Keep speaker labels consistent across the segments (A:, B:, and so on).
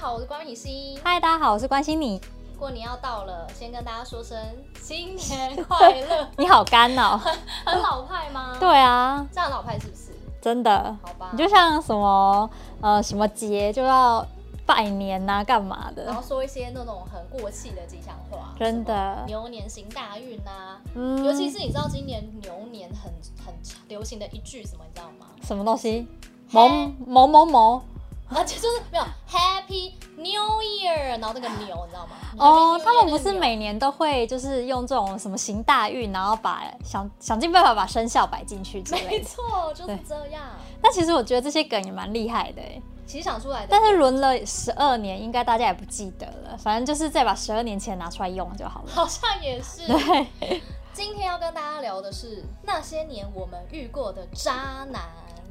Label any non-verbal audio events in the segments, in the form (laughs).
A: 好，我是关敏熙。
B: 嗨，大家好，我是关心你。。
A: 过年要到了，先跟大家说声新年快乐
B: (laughs) 你好干
A: (laughs)
B: 哦。
A: 很老派吗？，
B: 对啊，
A: 这样老派是不是？
B: 真的。
A: 好吧。
B: 你就像什么呃什么节就要拜年呐、干嘛
A: 然
B: 的？
A: 后说一些那种很过气的吉祥话，
B: 真的
A: 什么牛年行大运啊。
B: 嗯
A: 尤其是你知道今年牛年很很流行的一句什么，你知道吗？
B: 什么东西，
A: 嘿
B: 某某某某
A: 啊，就就是没有 Happy New Year，然后那个牛，你知道吗？
B: 哦
A: Happy New，Year，
B: 他们不是
A: 那个牛
B: 每年都会就是用这种什么行大运，然后把想想尽办法把生肖摆进去之类
A: 没
B: 的。
A: 错，就是
B: 对
A: 这样。
B: 但其实我觉得这些梗也蛮厉害的欸
A: 其实想出来的
B: 但是轮了十二年，应该大家也不记得了。反正就是再把十二年前拿出来用就好了。
A: (laughs) 好像也是。
B: 对，
A: 今天要跟大家聊的是那些年我们遇过的渣男。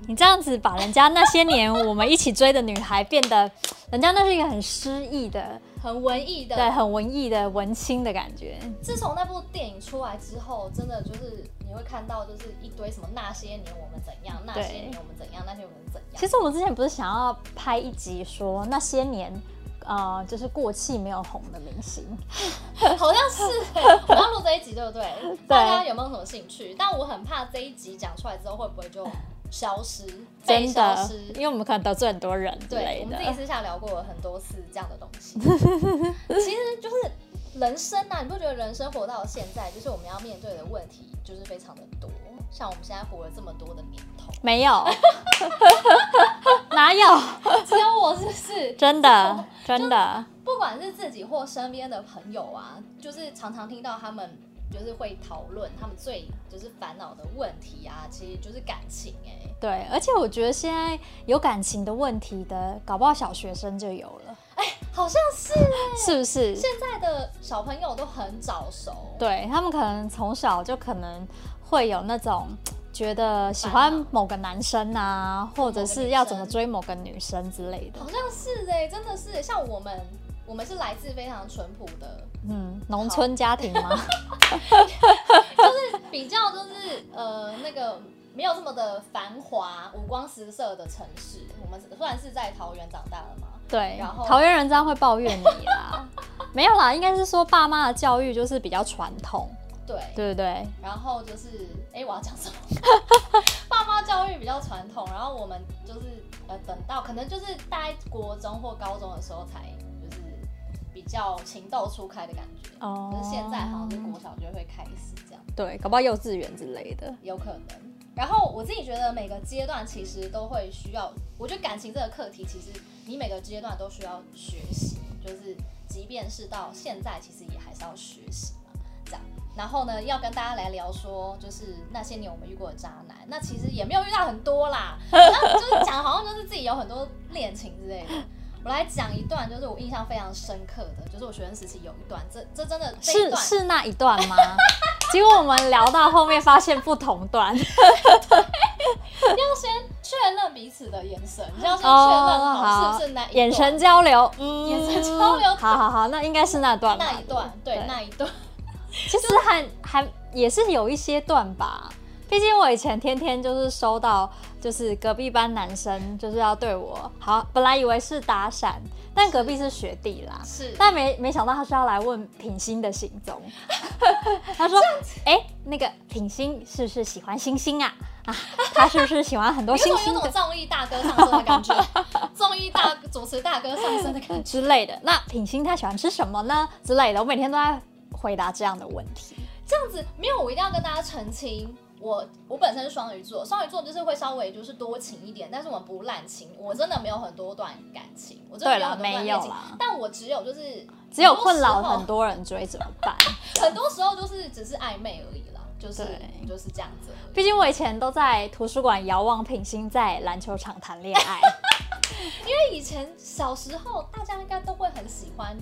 B: 你这样子把人家那些年我们一起追的女孩变得， (sniffs) 人家那是一个很诗意的，
A: 很文艺的，
B: 对，很文艺的文青的感觉。
A: 自从那部电影出来之后，真的就是你会看到，就是一堆什么那些年我们怎样，那些年我们怎样，那些我们怎样。
B: 其实我们之前不是想要拍一集说那些年，呃，就是过气没有红的明星，
A: 好像是、欸，我要录这一集，对不
B: (laughs)
A: 对？大家有没有什么兴趣？但我很怕这一集讲出来之后，会不会就消失，被
B: 真
A: 消
B: 的
A: 失？，
B: 因为我们可能得罪很多人之
A: 对，
B: 类
A: 我们自己
B: 的。
A: 私下聊过很多次这样的东 (laughs) 西。其实就是人生啊，你不觉得人生活到现在，就是我们要面对的问题就是非常的多。像我们现在活了这么多的年头，
B: 没有， (laughs) 哪有？
A: (laughs) 只有我是不是？
B: 真的，真的，
A: 不管是自己或身边的朋友啊，就是常常听到他们就是会讨论他们最就是烦恼的问题啊，其实就是感情哎、
B: 对。而且我觉得现在有感情的问题的，搞不好小学生就有了，
A: 好像是
B: 是不是？
A: 现在的小朋友都很早熟，
B: 对他们可能从小就可能会有那种觉得喜
A: 烦
B: 欢
A: 恼
B: 某个男生啊，或者是要怎么追某个女生之类的
A: 好，像是哎、真的是像我们，我们是来自非常淳朴的，
B: 嗯，农村家庭
A: (laughs)
B: 吗？
A: 比较就是呃那个没有这么的繁华、五光十色的城市。我们虽然是在桃园长大的嘛，
B: 对
A: 然后，
B: 桃园人这样会抱怨你
A: (laughs)
B: 啦。没有啦，应该是说爸妈的教育就是比较传统，
A: 对，
B: 对不对？
A: 然后就是哎、我要讲什么？ (laughs) 爸妈教育比较传统，然后我们就是呃等到可能就是大概国中或高中的时候才就是比较情窦初开的感觉。
B: 哦
A: 可是现在好像是国小就会开始这样。
B: 对，搞不好幼稚园之类的。
A: 有可能。然后我自己觉得每个阶段其实都会需要，我觉得感情这个课题，其实你每个阶段都需要学习，就是即便是到现在，其实也还是要学习嘛，这样。然后呢，要跟大家来聊说，就是那些年我们遇过的渣男，那其实也没有遇到很多啦， (laughs) 好像就是讲好像就是自己有很多恋情之类的。我来讲一段，就是我印象非常深刻的，就是我学生时期有一段，这这真的这一
B: 是
A: 段
B: 是那一段吗？ (laughs) 结果我们聊到后面发现不同段，
A: 要先确认彼此的眼神，要先确认
B: 啊哦
A: 好
B: 好
A: 是不是那一段
B: 眼神交流，嗯，
A: 眼神交流
B: 好好好，那应该是那段吧
A: 那一段，对那一段，
B: 其实还还也是有一些段吧。毕竟我以前天天就是收到，就是隔壁班男生就是要对我好，本来以为是搭讪，但隔壁是学弟啦，
A: 是
B: 但没没想到他是要来问品心的行
A: (laughs)
B: 踪。他说：“哎、那个品心是不是喜欢星星啊？啊，他是不是喜欢很多
A: 有
B: 星
A: 种
B: 星
A: 有
B: 的
A: 种综艺大哥上身的感
B: (laughs)
A: 觉，综艺大主持大哥上身的感觉，
B: 嗯之类的？那品心他喜欢吃什么呢？之类的，我每天都在回答这样的问题。
A: 这样子没有，我一定要跟大家澄清。我我本身是双鱼座，双鱼座就是会稍微就是多情一点，但是我们不滥情，我真的没有很多段感情，我真的没有很多
B: 对啦
A: 段
B: 没有
A: 恋情
B: 啦，
A: 但我只有就是
B: 只有困
A: 很多
B: 扰
A: 时候
B: 很多人追怎么办？
A: 很多时候就是只是暧昧而已啦，就是
B: 对
A: 就是这样子而已。
B: 毕竟我以前都在图书馆遥望品心在篮球场谈恋爱，
A: 以前小时候，大家应该都会很喜欢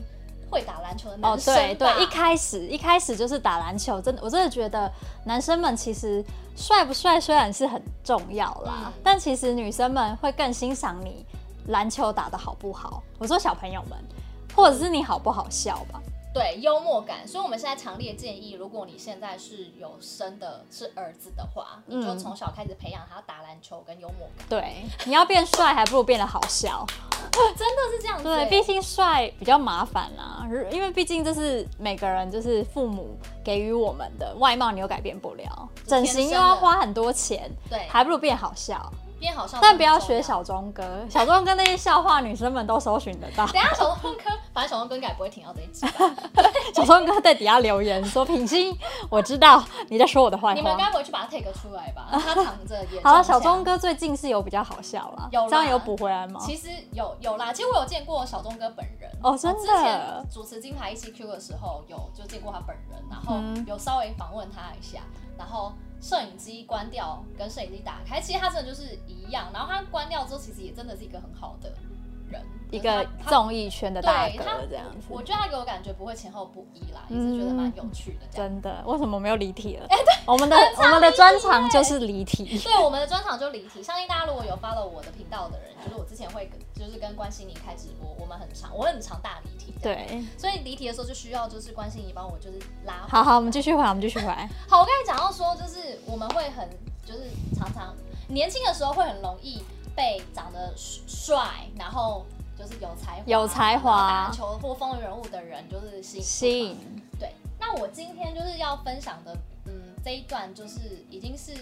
A: 会打篮球的
B: 哦
A: (laughs) 男生吧
B: 对对，一开始一开始就是打篮球，真的我真的觉得男生们其实帅不帅虽然是很重要啦，
A: 嗯
B: 但其实女生们会更欣赏你篮球打得好不好。我说小朋友们，或者是你好不好笑吧？
A: 对幽默感，所以我们现在强烈建议，如果你现在是有生的是儿子的话，
B: 嗯
A: 你就从小开始培养他打篮球跟幽默
B: (laughs)
A: 感，
B: 对，你要变帅，还不如变得好笑。
A: 真的是这样子、
B: 对，
A: 欸。
B: 毕竟帅比较麻烦啦、如因为毕竟这是每个人就是父母给予我们的外貌，你又改变不了，整形又要花很多钱，
A: 对，
B: 还不如变好笑。
A: 变好笑，
B: 但不要
A: 啊
B: 学。小钟哥，小钟哥那些笑话女生们都搜寻得到。
A: 等一下小动科，反正小动科应该也不会停到这一
B: (laughs)
A: 集吧。
B: 小钟哥在底下留言说：“品心，我知道你在说我的坏
A: 你们
B: 话。
A: 该不会去把它 take 出来吧？他躺着也”
B: (laughs) 好了，小钟
A: 钟哥。
B: 哥最近是有比较好笑了，
A: 有啦
B: 这样有补回来吗？
A: 其实有有啦，其实我有见过小钟哥本人
B: 哦真的
A: 之前主持金牌 E C Q 的时候有就见过他本人，然后
B: 嗯
A: 有稍微访问他一下，然后摄影机关掉跟摄影机打开，其实他真的就是一样。然后他关掉之后，其实也真的是一个很好的人，
B: 一
A: 就是
B: 个
A: 他他
B: 综艺圈的大
A: 对
B: 哥
A: 他
B: 这样子。
A: 我觉得他给我感觉不会前后不一啦，也是觉得蛮有趣的这样。
B: 真的，为什么没有离题了？我们的我们的专哎长就是离题。
A: 对我们的专场就离题，相信大家如果有 follow 我的频道的人，就是我之前会跟就是跟关心你开直播，我们很常我很常大离题这样
B: 对，
A: 所以离题的时候就需要就是关心你帮我就是拉回
B: 好好，我们继续回来，我们继续回来。
A: 好，我刚才讲到说就是我们会很就是常常年轻的时候会很容易被长得帅，然后就是有才华、
B: 有才华
A: 然后打球或风云人物的人就是吸
B: 吸
A: 引
B: 引，
A: 对，那我今天就是要分享的，嗯，这一段就是已经是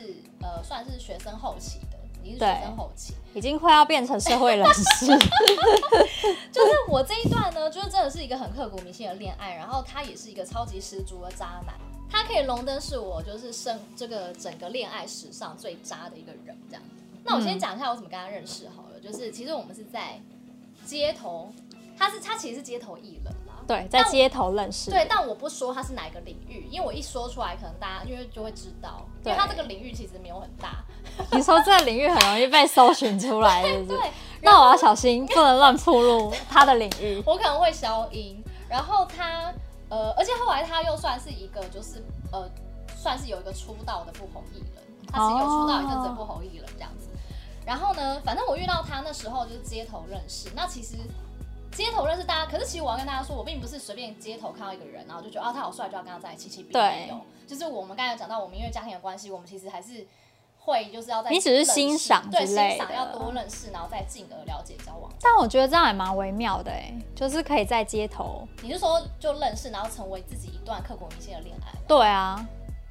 A: 呃算是学生后期的，已经是学
B: 对
A: 生后期。
B: 已经快要变成社会人士。 (laughs)
A: 就是我这一段呢，就是真的是一个很刻骨铭心的恋爱，然后他也是一个超级十足的渣男，他可以荣登是我就是生这个整个恋爱史上最渣的一个人这样。那我先讲一下我怎么跟他认识好了，就是其实我们是在街头，他是他其实是街头艺人啦，
B: 对，在街头认识。
A: 对，但我不说他是哪一个领域，因为我一说出来，可能大家因为就会知道，因为
B: 对
A: 他这个领域其实没有很大。
B: 你说这个领域很容易被搜寻出 (laughs) 来，是不是？
A: 对，
B: 那我要小心，不能乱铺路他的领域。
A: 我可能会消音。然后他，呃，而且后来他又算是一个，就是呃，算是有一个出道的不红艺人，他是有出道一阵子的不红艺人这样子。然后呢，反正我遇到他那时候就是街头认识，那其实。街头认识大家，可是其实我要跟大家说，我并不是随便街头看到一个人，然后就觉得啊他好帅，就要跟他在一起。其实并没有，就是我们刚才有讲到，我们因为家庭的关系，我们其实还是会就是要在
B: 你只是
A: 认识
B: 欣赏
A: 对
B: 之
A: 欣
B: 类
A: 赏
B: 的
A: 要多认识，然后再进而了解交往。
B: 但我觉得这样也蛮微妙的、欸，就是可以在街头。
A: 你是说就认识，然后成为自己一段刻骨铭心的恋爱？
B: 对啊，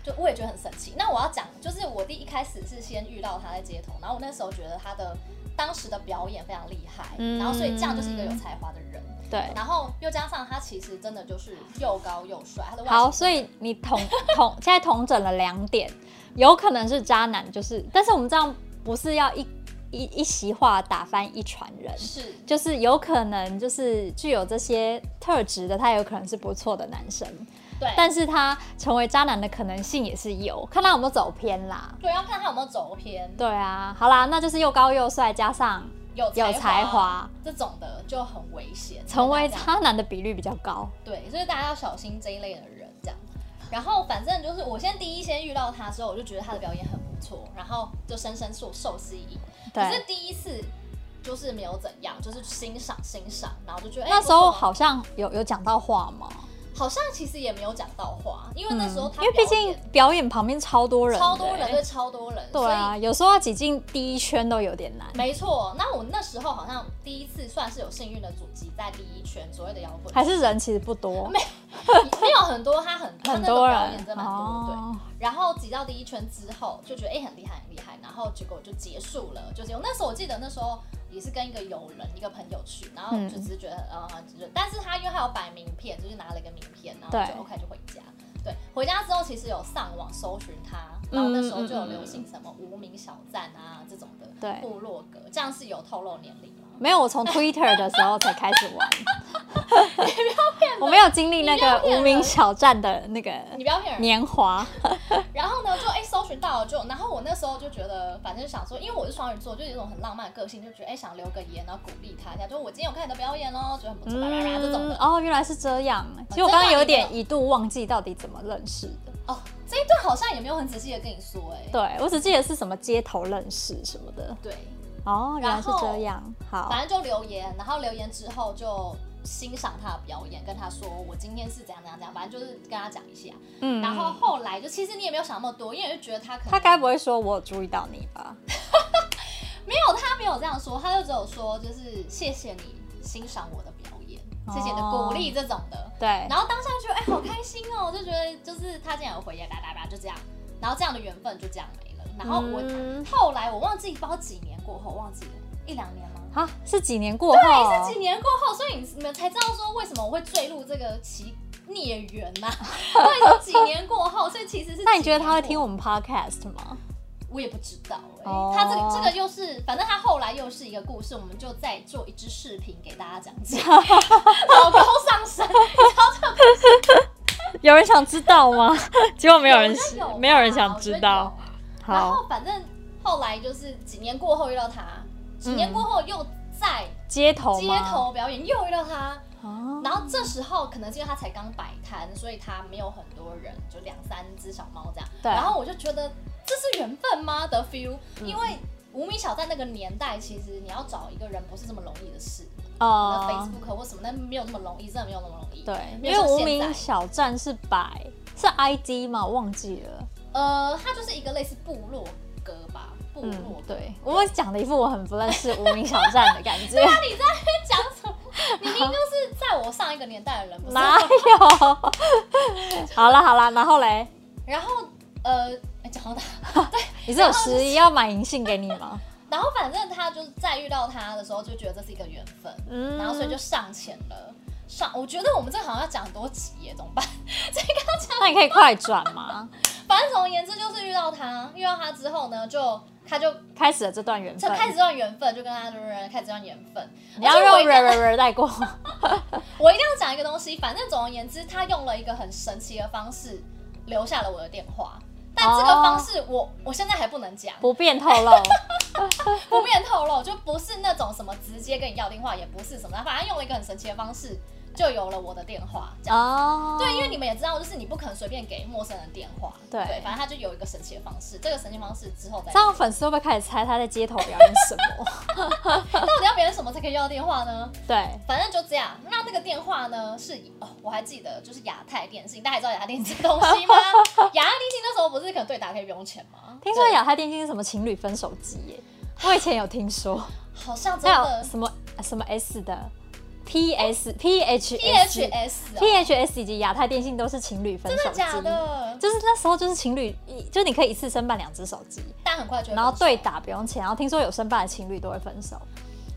A: 就我也觉得很神奇。那我要讲，就是我第一开始是先遇到他在街头，然后我那时候觉得他的当时的表演非常厉害，
B: 嗯
A: 然后所以这样就是一个有才华的人，
B: 对。
A: 然后又加上他其实真的就是又高又帅，他的外
B: 好，
A: 形
B: 所以你 (laughs) 统统现在统整了两点，有可能是渣男，就是，但是我们这样不是要一一一席话打翻一船人，
A: 是
B: 就是有可能就是具有这些特质的，他有可能是不错的男生，
A: 对，
B: 但是他成为渣男的可能性也是有，看他有没有走偏啦。
A: 对要看他有没有走偏，
B: 对啊，好啦，那就是又高又帅，加上
A: 有
B: 有才
A: 才
B: 华，
A: 这种的就很危险，
B: 成为
A: 大家
B: 渣男的比率比较高。
A: 对，所以大家要小心这一类的人这样。然后反正就是我先第一先遇到他之后，我就觉得他的表演很不错，然后就深深受受吸引。可是
B: 对，
A: 第一次就是没有怎样，就是欣赏欣赏，然后就觉得、哎
B: 那时候
A: 不错
B: 好像有有讲到话吗？
A: 好像其实也没有讲到话，因为那时候他
B: 嗯因为毕
A: 表演
B: 竟表演旁边超多人的欸，
A: 超多人，对，超多人，
B: 对啊，有时候要挤进第一圈都有点难
A: 所以。没错，那我那时候好像第一次算是有幸运的组集在第一圈所谓的摇滚，
B: 还是人其实不
A: (laughs)
B: 多，
A: 没有很多，他很他
B: 很
A: 那个
B: 多
A: 表
B: 人哦
A: 演真蛮多的，对。，然后挤到第一圈之后，就觉得哎、诶很厉害很厉害，然后结果就结束了。就是我那时候我记得那时候也是跟一个友人一个朋友去，然后就只是觉得、呃，就是但是他因为他有摆名片，就是拿了一个名片，然后
B: 对
A: 就 OK 就回家。对，回家之后其实有上网搜寻他，然后那时候就有流行什么无名小站啊这种的
B: 对
A: 部落格，这样是有透露年龄吗？
B: 没有，我从 Twitter 的时候才开始
A: (laughs)
B: 玩。我没有经历那个
A: 啊
B: 无名小站的那个
A: 你不要骗人，
B: 年
A: 啊
B: 华，
A: 然后呢，就哎、搜寻到了，就然后我那时候就觉得，反正想说，因为我是双鱼座，就有一种很浪漫的个性，就觉得哎、想留个言，然后鼓励他一下，就我今天有看你的表演哦，觉得很不错，叭叭叭这种
B: 嗯，
A: 的。啊
B: 哦，原来是这样。其实我刚刚有点一度忘记到底怎么认识的，
A: 哦，这一段好像也没有很仔细的跟你说、哎，
B: 对我只记得是什么街头认识什么的。
A: 对，
B: 哦，原来是
A: 然后
B: 这样。好，
A: 反正就留言，然后留言之后就欣赏他的表演，跟他说我今天是怎样怎样怎样，反正就是跟他讲一下。
B: 嗯，
A: 然后后来就其实你也没有想那么多，因为就觉得他可能
B: 他该不会说我有注意到你吧？
A: 没有他没有这样说，他就只有说就是谢谢你欣赏我的表演，谢谢你的鼓
B: 哦
A: 励这种的。
B: 对，
A: 然后当下就觉得哎、好开心哦，就觉得就是他竟然有回应，叭叭叭就这样，然后这样的缘分就这样没了。然后我、
B: 嗯
A: 后来我忘记不知道几年过后，忘记了一两年吗？
B: 啊，是几年过后？
A: 是几年过后，所以你们才知道说为什么我会坠入这个奇孽缘啊 (laughs) 呐、所以是几年过后，所以其实是几年过后。
B: 那你觉得他会听我们 podcast 吗？
A: 我也不知道、欸
B: 哦
A: 他这个这个又是，反正他后来又是一个故事，我们就再做一支视频给大家讲解，
B: (laughs)
A: 老高上身，
B: 有人想知道吗？ (laughs) 结 (laughs) 果没有人
A: 我觉得，
B: 没有人想知。
A: 我觉。
B: 道
A: 得有然
B: 好，
A: 后反正后来就是几年过后遇到他，几年过后又在
B: 街头
A: 街
B: 吗
A: 头表演又遇到他，
B: 啊，
A: 然后这时候可能是因为他才刚摆摊，所以他没有很多人，就两三只小猫这样。
B: 对啊嗯
A: 然后我就觉得这是缘分吗的 feel，、因为无名小站那个年代，其实你要找一个人不是这么容易的事。那
B: 哦，
A: Facebook 或什么，那没有那么容易，真的没有那么容易。
B: 对，
A: 没
B: 因
A: 有
B: 为
A: 像
B: 无
A: 现
B: 名
A: 在
B: 小站是百是 ID 嘛，我忘记了。
A: 呃，它就是一个类似部落格吧，部落
B: 嗯
A: 格。，
B: 对，我们讲的一副我很不认识无名小站的感觉，
A: (laughs) 讲什么？你明明就是在我上一个年代的人，不是吗
B: 哪有？ (laughs) 好啦好啦，然后嘞，
A: 然后呃，哎讲到哪
B: 你是有十一要买银杏给你吗？
A: 然后反正他就是再遇到他的时候，就觉得这是一个缘分，(laughs)
B: 嗯
A: 然后所以就上前了。上，我觉得我们这个好像要讲很多集耶，怎么办？
B: (laughs) 那你可以快转吗？
A: (laughs) 反正总而言之就是遇到他，遇到他之后呢，就他就
B: 开始了这段缘
A: 就
B: 分，
A: 开始这段缘分，就跟他就是开始这段缘分。
B: 你要
A: 而且
B: 让
A: 我
B: 我
A: 一定要
B: 惹惹带过。 (laughs)
A: 我一定要讲一个东西，反正总而言之，他用了一个很神奇的方式留下了我的电话，但这个
B: 哦
A: 方式我、我现在还不能讲，
B: 不便透
A: (laughs)
B: 露，
A: 不便透露，就不是那种什么直接跟你要电话，也不是什么，反正用了一个很神奇的方式就有了我的电话，这样。
B: 哦，
A: 对，因为你们也知道，就是你不可能随便给陌生人电话。
B: 对
A: 反正他就有一个神奇的方式，这个神奇方式之后再哦
B: 这样粉丝会不会开始猜他在街头表演什么？ (laughs)
A: 到底要别人什么才可以要电话呢？
B: 对，
A: 反正就这样。那那个电话呢是哦，我还记得就是亚太电信，大家知道亚太电信这东西
B: (laughs)
A: 吗？亚太电信那时候不是可能对打可以不用钱吗？
B: 听说亚太电信是什么情侣分手机耶？我以前有听说，
A: 好像 (laughs) 真
B: 还有
A: 的哦
B: 什么什么 S 的 PS PHS
A: PHS 哦，
B: PHS 以及亚太电信都是情侣分手
A: 真的
B: 机，
A: 假的？
B: 就是那时候就是情侣一，就是你可以一次申办两只手机，
A: 但很快就会
B: 然后
A: 分手
B: 对。打不用钱，然后听说有申办的情侣都会分手，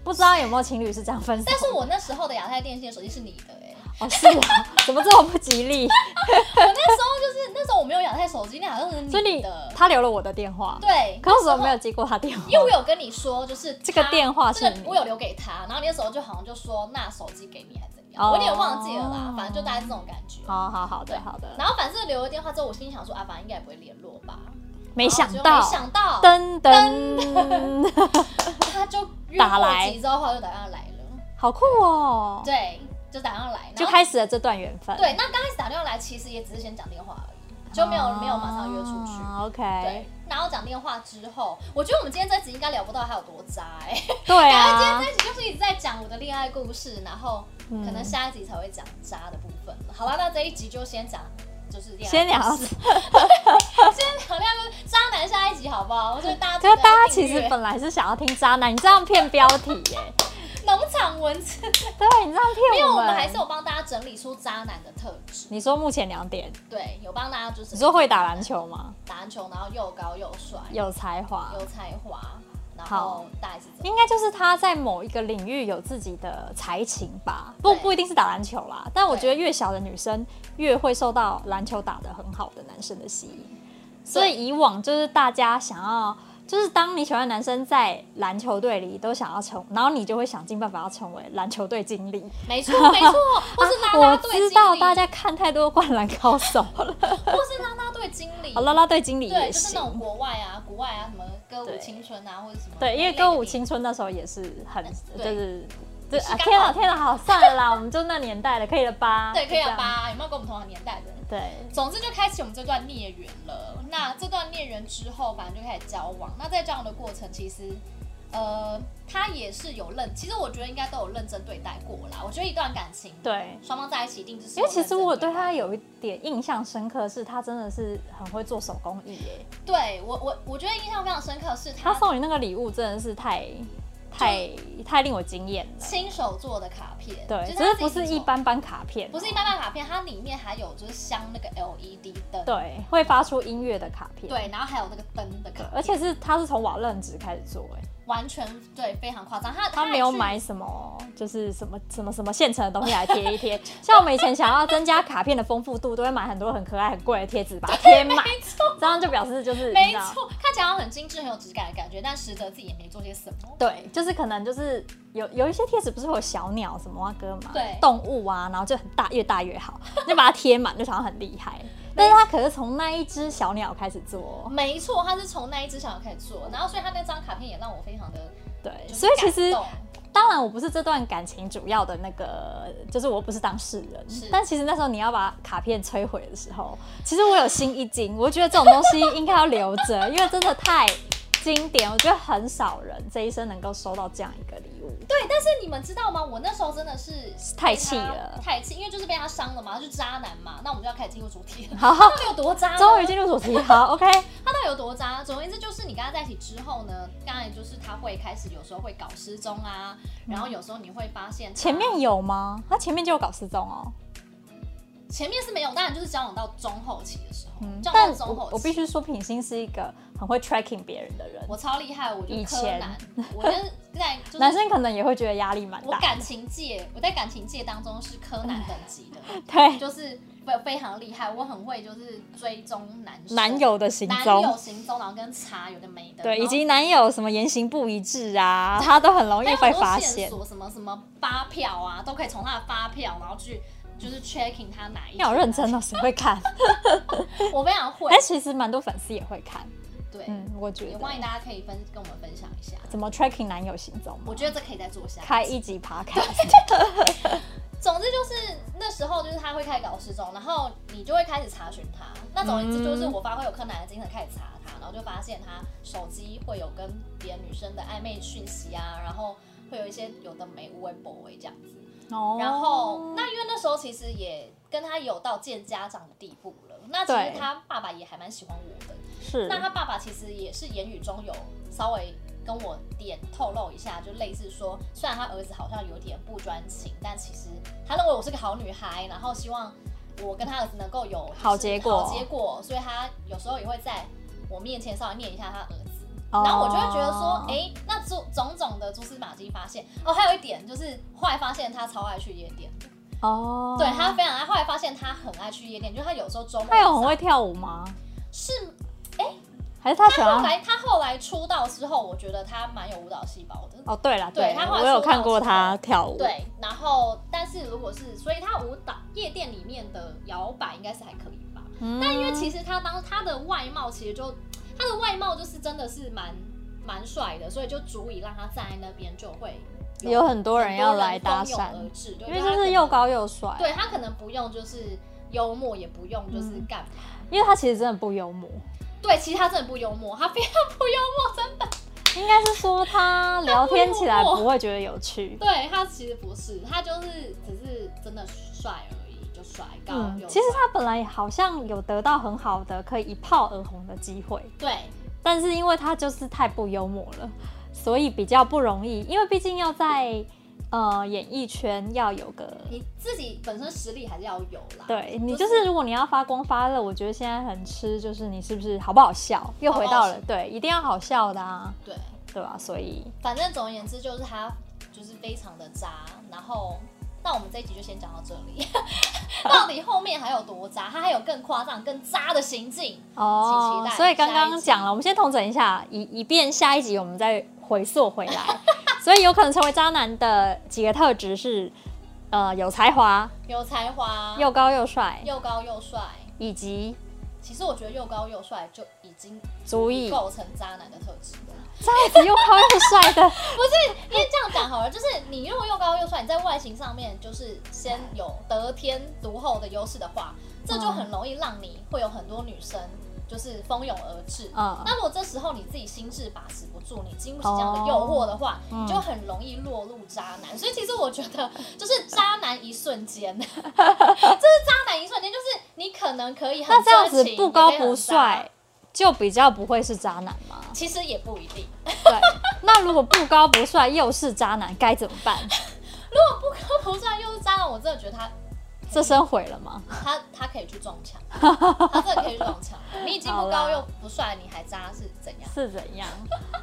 B: 不知道有没有情侣是这样分手？
A: 但是我那时候的亚太电信的手机是你的哎、
B: 哦是啊，怎么这么不吉
A: (laughs)
B: 利？
A: 我那时候就是那时候我没有亚太手机，那好像是
B: 所以你
A: 的。
B: 他留了我的电话，
A: 对，
B: 可是我
A: 那时
B: 怎
A: 候
B: 么没有接过他电话？
A: 因为我有跟你说，就是他
B: 这个电话是
A: 这个
B: 你
A: 我有留给他，然后你那时候就好像就说那手机给你还啊是怎样，
B: 哦
A: 我有点忘记了啦，反正就大概是这种感觉。
B: 好好好的好的，
A: 然后反正留了电话之后，我心里想说啊，反正应该也不会联络吧。
B: 没想
A: 然
B: 到
A: 后就没，想到，
B: 噔噔，
A: 他就约
B: 打
A: 过
B: 来
A: 几周后就打电话来了，
B: 好酷哦，
A: 对，就打电话来，然后
B: 就开始了这段缘分，
A: 对。那刚开始打电话来，其实也只是先讲电话而已，就没有没有马上约出去。
B: 啊
A: 对
B: ，OK，，
A: 然后讲电话之后，我觉得我们今天这集应该聊不到他有多渣哎、
B: 对
A: 然后今天
B: 啊嗯
A: 这，一集就是一直在讲我的恋爱故事，然后可能下一集才会讲渣的部分。好吧，那这一集就先讲就是恋爱故事，
B: 先聊，
A: (laughs) 先聊恋爱故事渣男下一集好不好？我觉得大家
B: 可是啊大家
A: 记
B: 其
A: 得要
B: 实
A: 订阅
B: 本来是想要听渣男，你这样骗标题耶，
A: 农场文
B: (laughs)
A: 字，
B: 对你这样
A: 因为
B: 骗
A: 我
B: 我
A: 们还是
B: 们。
A: 有帮大家整理出渣男的特质，
B: 你说目前两点，
A: 对，有帮大家就是
B: 你说会打篮球吗？
A: 打篮球，然后又高又帅，
B: 有才华，
A: 有才华，然
B: 好
A: 后大概是这样。
B: 应该就是他在某一个领域有自己的才情吧，不
A: 对
B: 不一定是打篮球啦，但我
A: 对
B: 觉得越小的女生越会受到篮球打得很好的男生的吸引，所以以往就是大家想要。就是当你喜欢的男生在篮球队里都想要成，然后你就会想尽办法要成为篮球队经理。
A: 没
B: (laughs)
A: 错，没错，或是拉拉
B: 啊我
A: 队经
B: 知
A: 理，
B: 道大家看太多《灌篮高手》了，
A: 或是拉拉队经理
B: 哦，啦啦队经理
A: 对，
B: 也
A: 就是那种
B: 行。
A: 国外啊，国外啊，什么歌舞
B: 对
A: 青春啊，或者什么
B: 对，因为
A: 那一类的
B: 歌舞
A: 电影
B: 青春那时候也是很，就
A: 对
B: 是，对
A: 是
B: 啊，
A: 刚
B: 天
A: 好
B: 啊天啊，好，算了啦，我 (laughs) 们就那年代了，可以了吧？
A: 对，可以了
B: 啊就这样？
A: 吧？有没有跟我们同样年代的人？
B: 对，
A: 总之就开启我们这段孽缘了。那这段孽缘之后，反正就开始交往。那在交往的过程，其实，呃，他也是有认，其实我觉得应该都有认真对待过啦。我觉得一段感情，
B: 对，
A: 双方在一起一定就是
B: 因为其实我对
A: 有认真待
B: 他有一点印象深刻，是他真的是很会做手工艺耶。
A: 对我我我觉得印象非常深刻的是
B: 他
A: 他
B: 送你那个礼物真的是太太太令我惊艳了。
A: 亲手做的卡片，
B: 对，
A: 就
B: 只
A: 是
B: 是
A: 他
B: 不
A: 自己
B: 是
A: 亲
B: 一
A: 手
B: 般般卡片哦，
A: 不是一般般卡片，它里面还有就是镶那个 LED 灯，
B: 对，会发出音乐的卡片。
A: 对，然后还有那个灯的卡片，
B: 对，而且是他是从瓦楞纸开始做，哎，
A: 完全对非常夸张。他
B: 他
A: 还
B: 没有
A: 去
B: 买什么，就是什么什么什么现成的东西来贴一贴。 (laughs) 像我们以前想要增加卡片的丰富度，都会买很多很可爱、很贵的贴纸把它贴
A: (laughs)
B: 满，这样就表示就是你
A: 没
B: 知道
A: 错，看起来好像很精致、很有质感的感觉，但实则自己也没做些什么。
B: 对，就是可能就是有有一些贴纸不是会有小鸟什么啊歌嘛，
A: 对
B: 动物啊，然后就很大，越大越好，就把它贴满，就好像很厉害。但是他可是从那一只小鸟开始做哦，
A: 没错，他是从那一只小鸟开始做，然后所以他那张卡片也让我非常的，
B: 对，
A: 就是
B: 所以其实
A: 感动
B: 当然我不是这段感情主要的那个，就是我不是当事人
A: 是，
B: 但其实那时候你要把卡片摧毁的时候，其实我有心一惊，我觉得这种东西应该要留着，因为真的太经典，我觉得很少人这一生能够收到这样一个礼物。
A: 对，但是你们知道吗？我那时候真的是
B: 太
A: 被他
B: 气了
A: 太气，因为就是被他伤了嘛，他是渣男嘛。那我们就要开始进入主题了。
B: 好，
A: 到底有多渣呢？
B: 终于进入
A: (laughs)
B: 主题，好，OK。
A: 他到底有多渣？总而言之，就是你跟他在一起之后呢，当然就是他会开始有时候会搞失踪啊，然后有时候你会发现他
B: 前面有吗？他前面就有搞失踪哦。
A: 前面是没有，当然就是交往到中后期的时候，
B: 嗯，
A: 交往
B: 但
A: 到中
B: 我
A: 后
B: 我必
A: 期。
B: 须说，品心是一个很会 tracking 别人的人。
A: 我超厉害，我就
B: 以
A: 柯
B: 前
A: 南，我就是在就是
B: 男生可能也会觉得压力蛮
A: 我
B: 大。
A: 感情界，我在感情界当中是柯南等级的，
B: 对，
A: 就是非非常厉害，我很会就是追踪男生
B: 男友的行
A: 男友
B: 踪，
A: 行踪，然后跟查有的没的，
B: 对，
A: 然后
B: 以及男友什么言行不一
A: (laughs)
B: 致啊，他都很容易
A: 还有
B: 会
A: 很
B: 发
A: 多线
B: 现。
A: 索，什么什么发票啊，都可以从他的发票，然后去就是 checking 他哪一
B: 要有认真
A: 的，
B: 哦，谁
A: (laughs)
B: 会看？
A: 我非常会
B: 哎，，其实蛮多粉丝也会看。
A: 对，
B: 嗯，我觉
A: 也
B: 得
A: 欢迎大家可以分跟我们分享一下，
B: 怎么 tracking 男友行踪吗
A: 我觉得这可以再做下去
B: 开一集 podcast，
A: 总之就是那时候就是他会开始搞失踪，然后你就会开始查询他。那总而言
B: 嗯
A: 之就是我发挥有柯南的精神开始查他，然后就发现他手机会有跟别的女生的暧昧讯息啊，然后会有一些有的没无为 boy 这样子。
B: 哦
A: (laughs) 然后那因为那时候其实也跟他有到见家长的地步了，那其
B: 对
A: 实他爸爸也还蛮喜欢我的。
B: 是
A: 那他爸爸其实也是言语中有稍微跟我点透露一下，就类似说，虽然他儿子好像有点不专情，但其实他认为我是个好女孩，然后希望我跟他儿子能够有就是
B: 好结果
A: 好结果，所以他有时候也会在我面前稍微念一下他儿子。
B: 哦
A: 然后我就会觉得说，哎、那种种种的蛛丝马迹发现，哦，还有一点就是，后来发现他超爱去夜店，
B: 哦，
A: 对他非常爱。后来发现他很爱去夜店，就是他有时候周末
B: 他有很
A: 晚
B: 会跳舞吗？
A: 上是
B: 还是他喜
A: 他后
B: 欢
A: 来他后来出道之后，我觉得他蛮有舞蹈细胞的。
B: 哦，对了，
A: 对他后来
B: 我有
A: 出道
B: 看过
A: 之
B: 他
A: 后
B: 跳舞，，
A: 对，然后但是如果是，所以他舞蹈夜店里面的摇摆应该是还可以吧。
B: 嗯、
A: 但因为其实他当他的外貌其实就他的外貌就是真的是蛮蛮帅的，所以就足以让他站在那边就会
B: 有很多人要来搭
A: 蜂拥
B: 讪，
A: 而至，对
B: 因为
A: 他
B: 就
A: 可
B: 是
A: 能
B: 又高又帅，
A: 对他可能不用就是幽默，也不用就是
B: 嗯
A: 干嘛。
B: 因为他其实真的不幽默，
A: 对，其实他真的不幽默，他非常 (laughs) 不幽默，真的。
B: 应该是说他聊天起来不会觉得有
A: (laughs)
B: 趣。
A: 对他其实不是，他就是只是真的帅而已，就帅高
B: 嗯，
A: 又
B: 其实
A: 帅
B: 他本来好像有得到很好的可以一炮而红的机会，
A: 对
B: 但是因为他就是太不幽默了，所以比较不容易。因为毕竟要在呃演艺圈要有个
A: 你自己本身实力还是要有啦。
B: 对你
A: 就
B: 就是是，如果你要发光发热，我觉得现在很吃就是你是不是好不好笑，又回到
A: 好
B: 了对，一定要好笑的啊，
A: 对，
B: 对吧、所以
A: 反正总而言之就是他就是非常的渣，然后。那我们这一集就先讲到这里， (laughs) 到底后面还有多渣？他还有更夸张、更渣的行径。请期待
B: 哦所以刚
A: 下一
B: 刚
A: 集
B: 讲了，我们先统整一下，以以便下一集我们再回溯回来。 (laughs) 所以有可能成为渣男的几个特质是，呃，有才华、
A: 有才华，
B: 又高又帅，
A: 又高又帅。
B: 以及
A: 其实我觉得又高又帅就已经
B: 足以
A: 构成渣男的特质了。
B: 这样子又高又帅的，
A: 因为这样讲好了，就是你如果又高又帅，你在外形上面就是先有得天独厚的优势的话，这就很容易让你会有很多女生就是蜂拥而至。
B: 嗯
A: 那如果这时候你自己心智把持不住，你经不起这样的诱惑的话，
B: 嗯
A: 你就很容易落入渣男。所以其实我觉得，就是渣男一瞬间， (laughs) 就是渣男一瞬间，就是你可能可以很
B: 那这样子
A: 专情
B: 不高
A: 也可以很
B: 不
A: 渣
B: 帅，就比较不会是渣男吗？
A: 其实也不一定。 (laughs)
B: 对，那如果不高不帅又是渣男，该怎么办？
A: 如果不高不帅又是渣男，我真的觉得他
B: 这生毁了吗？
A: 他他可以去撞
B: (laughs)
A: 墙，他真的可以去撞墙。你已经不
B: 好
A: 高
B: 啦
A: 又不帅，你还渣是怎
B: (laughs)
A: 样？
B: 是怎样？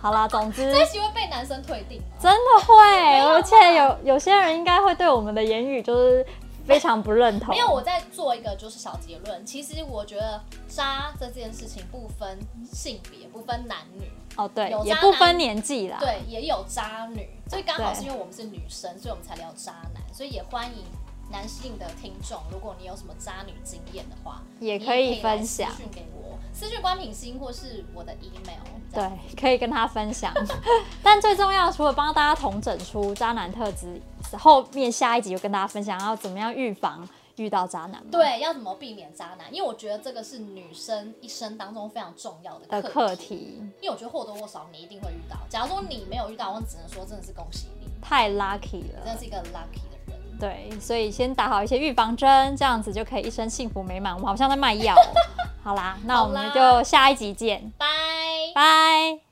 B: 好啦，总之
A: 这一集会被男生退订吗？
B: 真的会，
A: 有吧
B: 而且有有些人应该会对我们的言语就是非常不认同。
A: 没有，我在做一个就是小结论。其实我觉得渣这件事情不分性别，不分男女，
B: 哦，对
A: 有，
B: 也
A: 渣
B: 不
A: 男
B: 分年纪啦。
A: 对，也有渣女。所以刚好
B: 对
A: 是因为我们是女生，所以我们才聊渣男。所以也欢迎男性的听众，如果你有什么渣女经验的话，
B: 也
A: 你
B: 可以
A: 来
B: 分享
A: 私讯给我，私讯关品心或是我的 email 这
B: 对
A: 样。，
B: 可以跟他分享。 (laughs) 但最重要，除了帮大家统整出渣男特质，后面下一集就跟大家分享要怎么样预防遇到渣男嘛。
A: 对，要怎么避免渣男？因为我觉得这个是女生一生当中非常重要的
B: 的课题
A: 因为我觉得或多或少你一定会遇到。假如说你没有遇到，我只能说真的是恭喜你，
B: 太 lucky
A: 你真
B: 了
A: 的。是一个 lucky 的人。
B: 对，所以先打好一些预防针，这样子就可以一生幸福美满。
A: (laughs)
B: 我们好像在卖药哦、好啦，那我
A: 好
B: 们
A: 啦
B: 就下一集见，
A: 拜。
B: 拜。